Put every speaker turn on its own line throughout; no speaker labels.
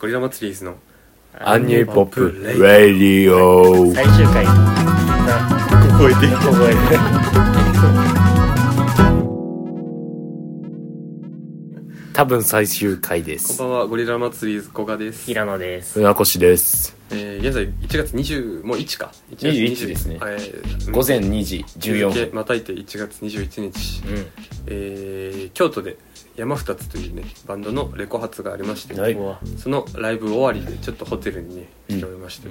ゴリラ祭りーズの
アンニュイポップ
レイ
レディオ
最終回な
覚えて
覚えて
多分最終回で
こん
す
ばんはゴリラ祭りーズ古賀です、え
平野です
船越です
ー、現在1月20もう1か1月
21ですね
えー
午前2時14
日付
分
またいて1月21日、
う
えー、京都で山二つというねバンドのレコ発がありまして、
はいう
わ
そのライブ終わりでちょっとホテルにね来ておりまして、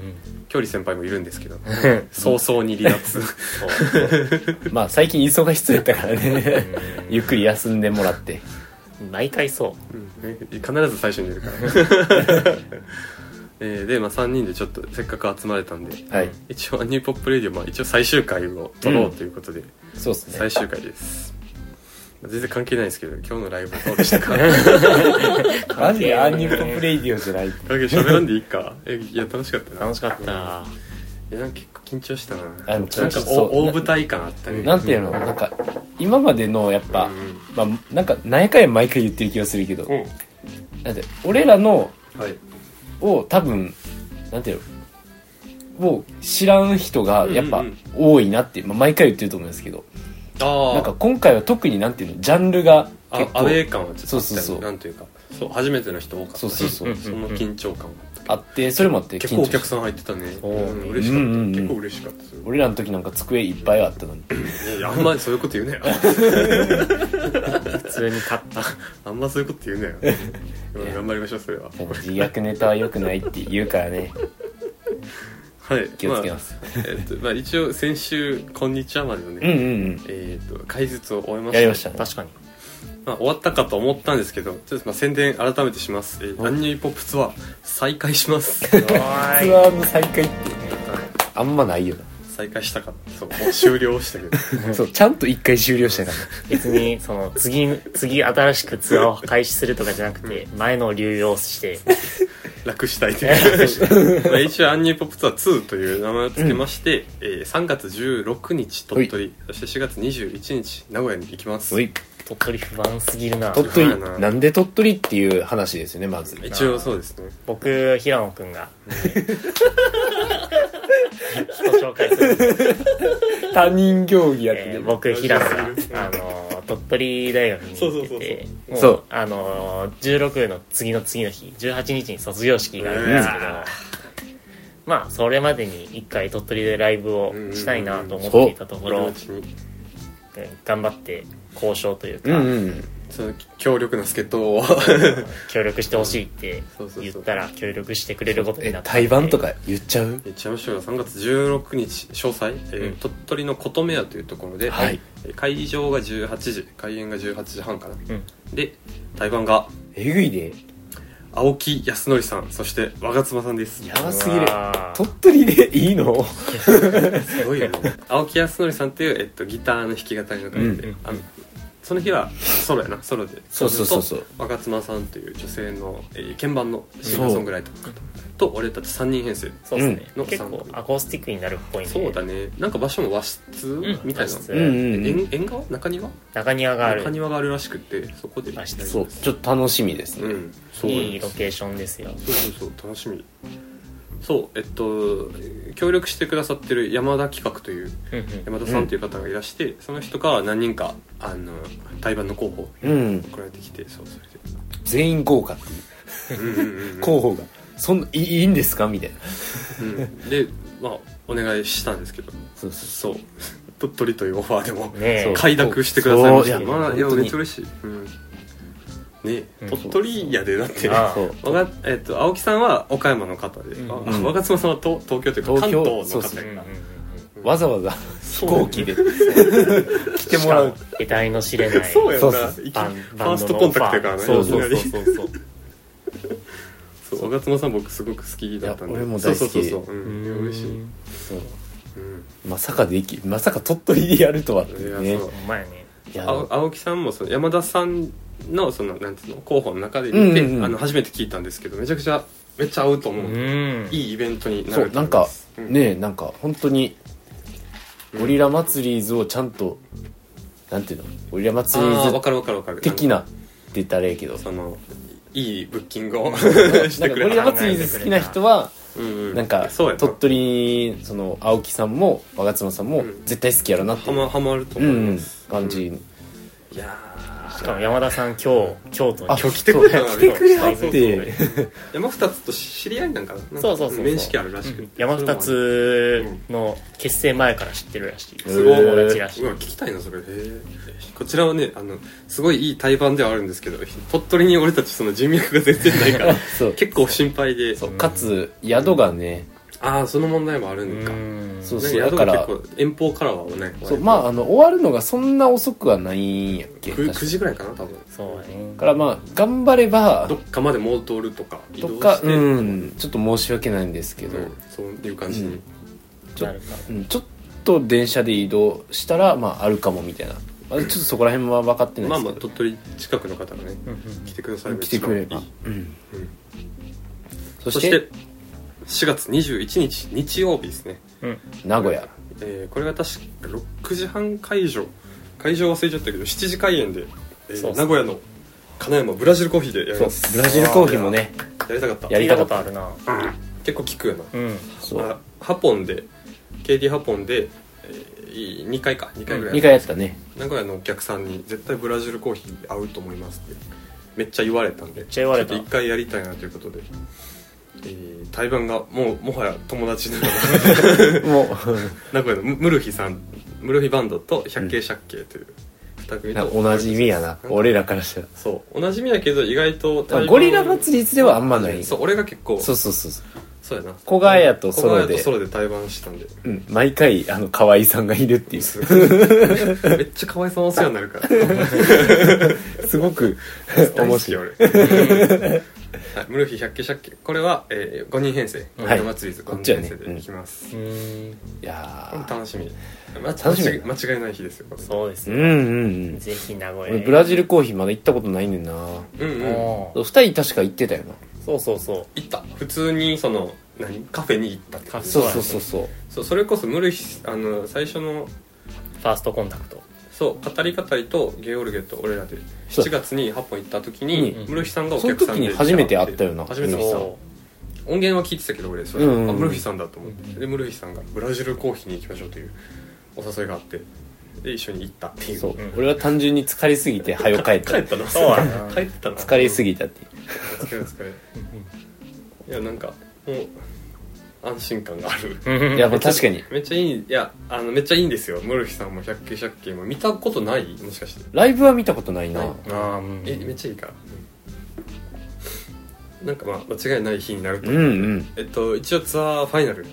距離先輩もいるんです けど早々に離脱
んまあ最近忙しそうやったからねゆっくり休んでもらって
毎回そ
うんね必ず最初に出るから えーで、まあ、3人でちょっとせっかく集まれたんで
はい
一応アニーポップレディオ、まあ、一応最終回を撮ろうということで、
そうですね
最終回です全然関係ないですけど今日のライブはどうでした か
う
マジでアンニュイポップレディオじゃない
影喋らんでいいかえいや楽しかったな
楽しかった
いやなんか結構緊張したな
あ
なん
緊張
かお
そう
大舞台感あったね
なんていうのなんか今までのやっ
う
ぱ
ん
まあなんか何回も毎回言ってる気がするけど
うん
なんて俺らの
はい
を多分なんていうのを知らん人がやっ
う
ぱ
んうん
多いなって、まあ、毎回言ってると思うんですけど
ああ
なんか今回は特になんていうのジャンルが
あ
結構
アウェー感はちょっとあったよね
そうそうそう
なんというかそう初めての人多かったし
そうそうそう
その緊張感もあった
あってそれもあって
結構お客
し
さん入ってたねう
お
ん
ー
嬉しかった
うんうんうん
結構嬉しかったですよ
俺らの時なんか机いっぱいあったのに
いやあんまりそういうこと言うなよ
普通に勝った
あんまそういうこと言うなよ うん頑張りましょうそれは
自虐ネタは良くないって言うからね
はい
気をつけます、
あえっとまあ一応先週「こんにちは」までの
うん
ね
うんうん
えっと解説を終えました
やりましたね
確かに
まあ、終わったかと思ったんですけどちょっとまあ宣伝改めてします、えー、アンニュイポップツアー再開します
ツアーの再開ってあんまないよ
再開したかったそうもう終了した けど
な そうちゃんと一回終了したか
別にその次次新しくツアーを開始するとかじゃなくて前のを流用して
楽したいと いう まあ一応アンニュイポップツアー2という名前を付けまして、えー、3月16日鳥取そして4月21日名古屋に行きます
ら
一
い
鳥取不安すぎるな
鳥
そうやな
取なんで鳥取っていう話ですよねまず
応そうですね
僕平野くんが 人紹介する
他人行儀やって
え
ね
ー、僕平野が
うん
あの鳥取大学に行ってて
そうそうそうそう
もうあの16の次の次の日18日に卒業式があるんですけど、
うわ
まあそれまでに一回鳥取でライブをしたいなと思っていたとこ
俺の
ろ
う、ちに
頑張って交渉というか、
うんうん
その強力な助っ人を
協力してほしいって
そうそうそう
言ったら協力してくれることに
え
なって
台湾とか言っちゃう
言っちゃいましょうよ3月16日詳細、えー
うん
鳥取の琴目屋というところで、
はい
えー会場が18時開演が18時半かな、
ん
で対バンが
えぐいで
青木康則さんそして若妻さんです
やばすぎる
うわー
鳥取でいいの
すごいよね 青木康則さんっていう、えっと、ギターの弾き語りの方で、
うんうん
あのその日はソロやなソロで
そうそうそうそう
と若妻さんという女性の、えー鍵盤のシンガーソングライターと俺たち3人編成
そうですね、
うん
結構アコースティックになるっぽいんで
そうだねなんか場所も和室、
ん
みたいな
和室
うんうんうん
縁縁側中庭
中庭がある
中庭があるらしくてそこで
和室
そうちょっと楽しみです
う
ね
んそう
いいロケーションですよ
そうそうそう楽しみそうえっと協力してくださってる山田企画という
うんうん
山田さんという方がいらして、その人が何人かあの対バンの候補
うん、
送られてきてそうそれで
全員豪華っていう候補がそんないいいんですかみたいな
うんでまあお願いしたんですけど
そうそ
そう 鳥取というオファーでも
ねえ
そう
快諾してくださいました
そういや
まあいや
本当に
めっちゃ嬉しい、うん、ね
うん
鳥取やでだって
ああ
そう
わがえっと、青木さんは岡山の方で、
うん
あ
うん
若妻さんは東東京というか
東
関
京
東の
そう
方
そ
やから
わざわざ飛行機で来てもらう
しかも得体の知れない
そうや
そ
ん
う
な
そう
いきファ
バンバ
ー
ン
ス
ド
ト
の
コンタクトやからね
そうそうそう
いきなり
そうそう
そう若妻さん僕すごく好きだったんで
いや俺も大好
そ
き
うそうそうそう、うん、いや嬉しい、
そう
うん
まさかできまさか鳥取でやるとはっていう
い
ね
やそう
お前ね
いや
青青木さんもその山田さんのそのなんていうの候補の中で見て、
うんうんうん
あの初めて聞いたんですけどめちゃくちゃめっちゃ合うと思う、
うん
いいイベントにな
そう
ると
なん
思いま
か
すうん
ねなんか本当にゴリラ祭りーズをちゃんとなんていうのゴリラ
あ
祭り
ー
ー
わ
ズ
かるわかるわかる
的なって言ったらええけど
そのいいブッキングを し
な
て
んか
く
ゴ
れ
リ
た
ラ祭りで好きな人は
うんう
なんか
そうや
鳥取その青木さんも若妻さんも
うん
絶対好きやろな
な
って
は
いう、
まはまると
う
思い
んう
ま
ん
す、
感じ、
いや
しかも山田さん今日京都に
あ
今日来てくれた
そう来てくれはっ
そう
て
山二つと知り合いなんかななんか
そうそうそうそう
面識あるらしくて
山二つの結成前から知ってるらしい
す
ごい
友達らし
う
い
わ聞きたいなそれへえこちらはねあのすごいいい対バンではあるんですけど鳥取に俺たちその人脈が全然ないから
そう
結構心配で
そうかつ宿がね、
ああその問題もあるんか
うん
そう
なんか
そうだ
宿が
か
結
ら
構遠方からはね
そうまああの終わるのがそんな遅くはないんやっけ確
9,
か
時ぐらいかな多分
そうだね
だからまあ頑張れば
どっかまで戻るとか移動
と
して
かうんちょっと申し訳ないんですけど、
うんそういう感じに、
うんちょ
なるか
うんちょっと電車で移動したらまああるかもみたいな、まあ、ちょっとそこら辺は分かってな
まあ
いで
ますあ
けど、
鳥取近くの方がね
うんうん
来てくだされば
来て
一
く
番
れ
いい
ればうん
うん
そ
そ
し
してて4月21日日曜日ですね、
うん
名古屋
えーこれが確か6時半会場会場忘れちゃったけど7時開演で、えー
そうそう
名古屋の金山ブラジルコーヒーでやり
そう
ます
ブラジルコーヒーもね
やりたかった
や
聞
り
い
た
た
か
こ
った
とあるな
結構聞くよな
うん
そう、
まあハポンで KT ハポンで、え2回か2回ぐらい
2回やったね
名古屋のお客さんに絶対ブラジルコーヒー合うと思いますってめっちゃ言われたんでめっ
ちゃ言われた
一回やりたいなということで、えー、台湾がもうもはや友達のような
もう
名古屋のムムルヒさんムルヒバンドと百景借景という二組
な
と
おなじみやな俺らからしたら
そうおなじみやけど意外と台湾
ゴリラ祭りいつではあんまない
そう俺が結構そ
そ
う
うそうそうそう
やな
小川屋とソロ
小川屋
で
とソロで対バンしたんで
うん、毎回あの河合さんがいるっていうす
す めっちゃかわいそうなお世話になるから
ごく面白い
大好き俺 はい、ムルフィ百景借景これは、えー、5人編成
はい
山祭りと
こ
5
っち
人
は
編
ね
成でいきます、
うん
い
これも
や
楽しみ、ま、
楽しみ
間違い間違いない日ですよこれ
そうです
ーう
ね
んうん
ぜひ名古
うん
屋
ブラ
ジ
ジルコーヒーまだ行ったことないねんな
うんうん行
そ
2人確か行ってたよな
うそうそう
った普通にその何カフェに行ったって感じ
そ
そうう
そう
そ
そう
う
そう
そうそれこそムルフィあの最初の
ファーストコンタクト
そう語り語りとゲオルゲと俺らで
そう
7月に8本行った時に、
うん
ムルフィさんがお
その
客さ
時
んで
に初めて会ったよな
初めて
ムルヒさん
そう
そ
音源は聞いてたけど俺それ、
うんうんうん
あムルフィさんだと思ってでムルフィさんがブラジルコーヒーに行きましょうというお誘いがあってで一緒に行ったっていう
そう
うん
俺は単純に疲れすぎて早よ帰った
帰ったの
そうやな
帰ってたの
疲れすぎたっていう
疲れ 疲れ
う
いやなんかもう安心感がある
うんうん
いやまあ確かに
めっちゃいいいやあのめっちゃいいんですよムルフィさんも百景百景も見たことないもしかして
ライブは見たことないな、
ない
ああうん
えめっちゃいいからなんかまあ間違いない日になると、
うんうん
えっと一応ツアーファイナル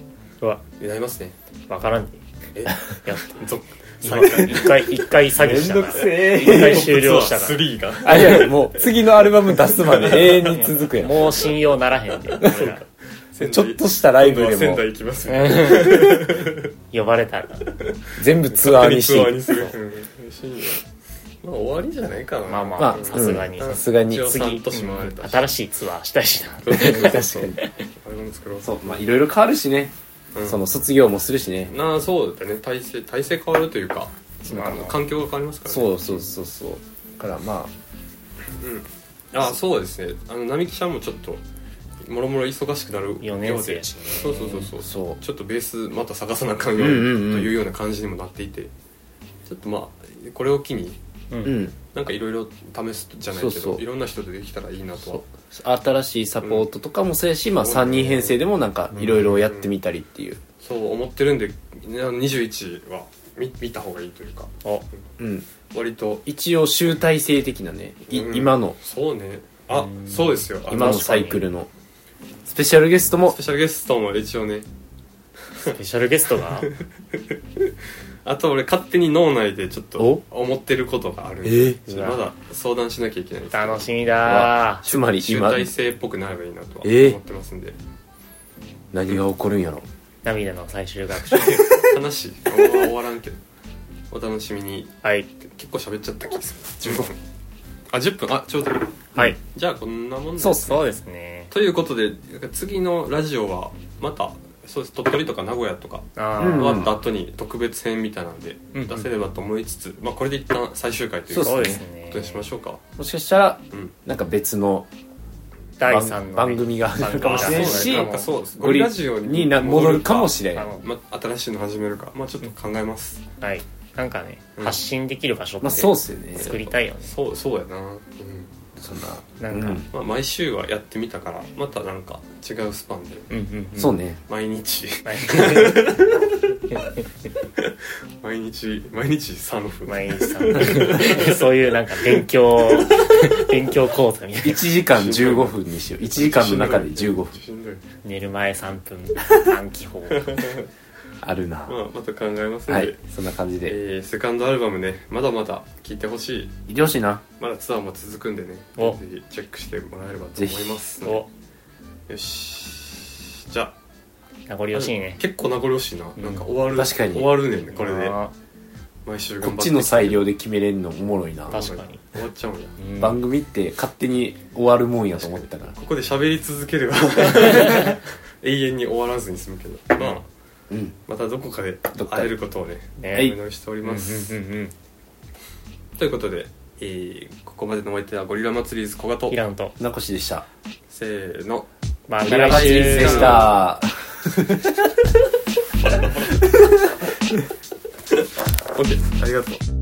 うわ
になりますね
わからんで
え
やっ
続
た一回一回詐欺したから
せ
一回終了したか
3が
あいやもう次のアルバム出すまで永遠に続くや
ら
ん
もう信用ならへんで俺ら
ちょっとしたライブ
今度は
で
仙
も
台行きますね
うん呼ばれたら
全部ツアーにし
ツアーに
て
するうん深夜まあ終わりじゃないかな
まあまあ
まあ
さすがに
うん
さすがに
一応
次
3年回れたし
新しいツアーしたいしな
そうそうそう
確かに
アルバム作ろう
そうまあいろいろ変わるしね、
うん
その卒業もするしね、
なあそうだね体制体制変わるというかそのあの環境が変わりますからね
そうそうそうそうだからま
うんあそうですねあの並木ちゃんもちょっともろもろ忙しくなるようで
4年生やしね
そうそうそうそう
あそう
ちょっとベースまた探さなあかんように
うんうんうん
というような感じにもなっていてちょっとまあこれを機に
うん
うん
なんかいろいろ試すじゃないけど
そうそう
いろんな人とできたらいいなとは
そう新しいサポートとかもそうやし、まあ3人編成でもなんかいろいろやってみたりっていう
そう思ってるんでねあの21は見見た方がいいというか
お
うん
割と
一応集大成的なね、い
うん
今の
そうねあ
うん
そうですよあ
今の
ス
サイクルのスペシャルゲストも
ペシャルゲストも一応ね
スペシャルゲストが
あと俺勝手に脳内でちょっと
お
思ってることがあるん
え
でちょっとまだ相談しなきゃいけないです
楽しみだ
つまり
集
今
大成っぽくなればいいなとは
え
思ってますんで
何が起こるんやろ
涙の最終学習
悲しい終わらんけどお楽しみに
はい
結構喋っちゃった気がする15分あ10分あちょうどいい
はい
じゃあこんなもんで
そうっすね
そうですね
ということで次のラジオはまたそうです鳥取とか名古屋とか
あ
うん
終
あ
わった後に特別編みたいなんで
うん
出せればと思いつつ、まあ、これで一旦最終回という
そうっ
こ
そうですね
とにしましょうか
もしかしたら
うん
なんか別の
第3の
番組が始まるかもしれない
あそ
し
うだね
なんかそうゴ
ゴ
リ
リ
ラジオに
にな戻るかもしれ
あ
ん
の
まあ、新しいの始めるかまあちょっと考えます、
はいなんかね、
うん
発信できる場所って
まあそうっすよね
作りたいよね
そうそうやな、うん
そん
な
な
んか、
う
うんん、
まあ、毎週はやってみたからまたなんか違うスパンで
うんうん
そうね
毎日
はい
毎日毎日3分
毎日さそういうなんか勉強 勉強講座みたい
1
な
時間15分にしよう1時間の中で15分
しんどい
寝る前3分暗記法
あるな
まあまた考えますの
は
で、
いそんな感じで
えーセカンドアルバムねまだまだ聴いてほしい
いてほしいな
まだツアーも続くんでね
お
ぜひチェックしてもらえればと思います
を
よしじゃあ
名残惜しいね
結構名残惜しいな、
ん
なんか終わる
確かに
終わるねんねこれで
あ
毎週
こ
頑張
っ
って
ちの裁量で決めれんのおもろいな
確かに
終わっちゃうんや
ーうん
番組って勝手に終わるもんやと思ったから
ここで喋り続けれ ば永遠に終わらずに済むけどまあ
うん
またどこかで
どっかで
会えることをねお
ね
はい
祈りしており
うんう
ます、
んうん
ということで、えーここまでのお相手はゴリラ祭りズ小賀
うん
と
平野と
なこしでした
せーの
まあ
ゴリラバチでした
オッケーありがとう